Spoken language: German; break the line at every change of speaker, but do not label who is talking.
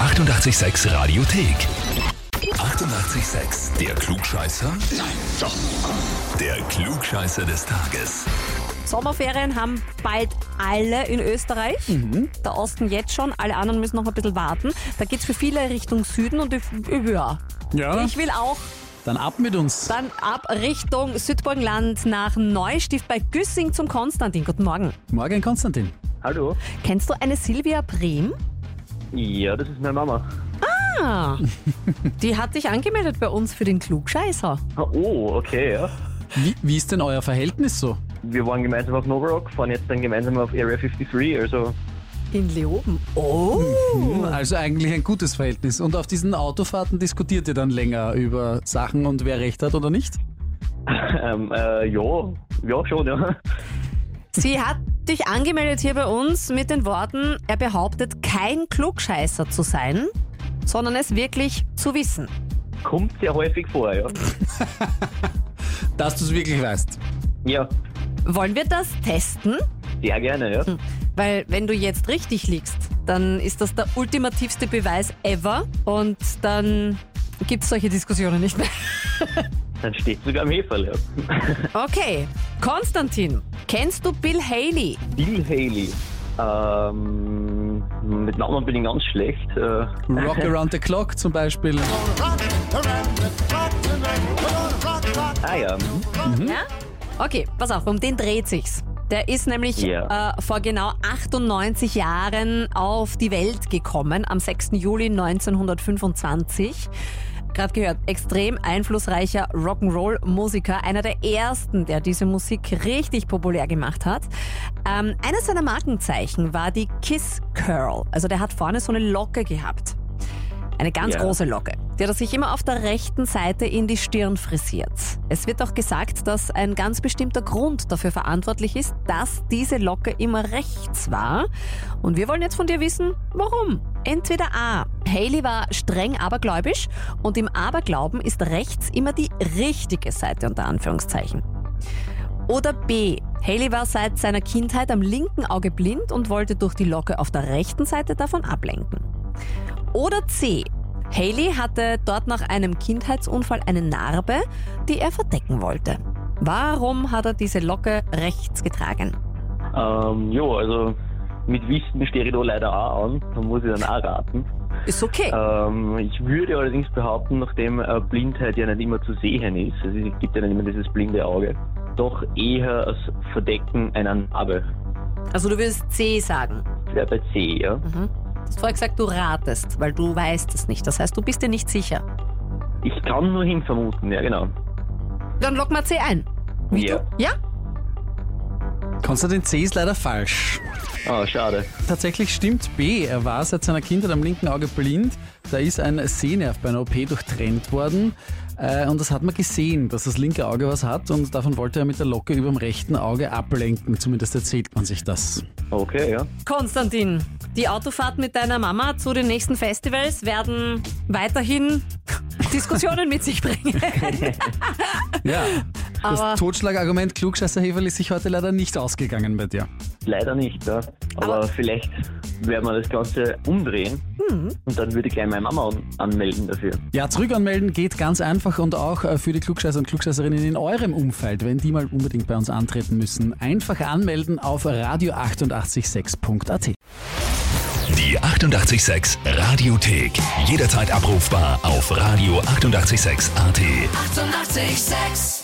886 Radiothek. 88,6. Der Klugscheißer? Nein, doch. Der Klugscheißer des Tages.
Sommerferien haben bald alle in Österreich.
Mhm.
Der Osten jetzt schon, alle anderen müssen noch ein bisschen warten. Da geht's für viele Richtung Süden und ich- ja.
Ja,
Ich will auch
dann ab mit uns.
dann ab Richtung Südburgenland nach Neustift bei Güssing zum Konstantin. Guten Morgen.
Morgen, Konstantin.
Hallo?
Kennst du eine Silvia Brehm?
Ja, das ist meine Mama.
Ah, die hat dich angemeldet bei uns für den Klugscheißer.
Oh, okay, ja.
Wie, wie ist denn euer Verhältnis so?
Wir waren gemeinsam auf Novorock, fahren jetzt dann gemeinsam auf Area 53, also
In Leoben. Oh.
Also eigentlich ein gutes Verhältnis. Und auf diesen Autofahrten diskutiert ihr dann länger über Sachen und wer recht hat oder nicht?
ähm, äh, ja, ja schon, ja.
Sie hat dich angemeldet hier bei uns mit den Worten, er behauptet, kein Klugscheißer zu sein, sondern es wirklich zu wissen.
Kommt sehr häufig vor, ja.
Dass du es wirklich weißt.
Ja,
Wollen wir das testen?
sehr gerne, ja.
Weil wenn du jetzt richtig liegst, dann ist das der ultimativste Beweis ever und dann gibt's solche Diskussionen nicht mehr.
Dann steht sogar am Heferl, ja.
Okay, Konstantin, kennst du Bill Haley?
Bill Haley. Ähm, mit Namen bin ich ganz schlecht. Äh,
Rock Around the Clock zum Beispiel.
ah ja, mhm.
Ja? Okay, pass auf, um den dreht sich's. Der ist nämlich
Ja.
äh, vor genau 98 Jahren auf die Welt gekommen, am 6. Juli 1925. Gerade gehört, extrem einflussreicher Rock'n'Roll-Musiker, einer der ersten, der diese Musik richtig populär gemacht hat. Ähm, eines seiner Markenzeichen war die Kiss Curl. Also der hat vorne so eine Locke gehabt. Eine ganz
Ja.
große Locke. Die hat er sich immer auf der rechten Seite in die Stirn frisiert. Es wird auch gesagt, dass ein ganz bestimmter Grund dafür verantwortlich ist, dass diese Locke immer rechts war. Und wir wollen jetzt von dir wissen, warum. Entweder A. Haley war streng abergläubisch und im Aberglauben ist rechts immer die richtige Seite unter Anführungszeichen. Oder B. Haley war seit seiner Kindheit am linken Auge blind und wollte durch die Locke auf der rechten Seite davon ablenken. Oder C. Haley hatte dort nach einem Kindheitsunfall eine Narbe, die er verdecken wollte. Warum hat er diese Locke rechts getragen?
ähm, ja, also mit Wissen stehe ich da leider auch an. Da muss ich dann auch raten.
Ist okay.
Ähm, ich würde allerdings behaupten, nachdem äh, Blindheit ja nicht immer zu sehen ist, also es gibt ja nicht immer dieses blinde Auge, doch eher das Verdecken einer Narbe.
Also du würdest C sagen.
Das wäre bei C, ja?
Du hast vorher gesagt, du ratest, weil du weißt es nicht. Das heißt, du bist dir nicht sicher.
Ich kann nur hin vermuten, ja genau.
Dann log mal C ein. Wie
Ja.
du? Ja?
Konstantin C ist leider falsch.
Ah, schade.
Tatsächlich stimmt B. Er war seit seiner Kindheit am linken Auge blind. Da ist ein Sehnerv bei einer OP durchtrennt worden. Äh, Und das hat man gesehen, dass das linke Auge was hat und davon wollte er mit der Locke über dem rechten Auge ablenken. Zumindest erzählt man sich das.
Okay, ja.
Konstantin, die Autofahrt mit deiner Mama zu den nächsten Festivals werden weiterhin Diskussionen mit sich bringen.
Ja.
Aber-
das Totschlagargument Klugscheißer Heferl ist sich heute leider nicht ausgegangen bei dir.
Leider nicht, ja. Aber,
Aber-
vielleicht werden wir das Ganze umdrehen und dann würde ich gleich meine Mama an anmelden dafür.
Ja, zurück anmelden geht ganz einfach und auch äh, für die Klugscheißer und Klugscheißerinnen in eurem Umfeld, wenn die mal unbedingt bei uns antreten müssen, einfach anmelden auf radio886.at.
Die 88,6 Radiothek. Jederzeit abrufbar auf radio886.at. 88,6.
Eighty-eight, sex.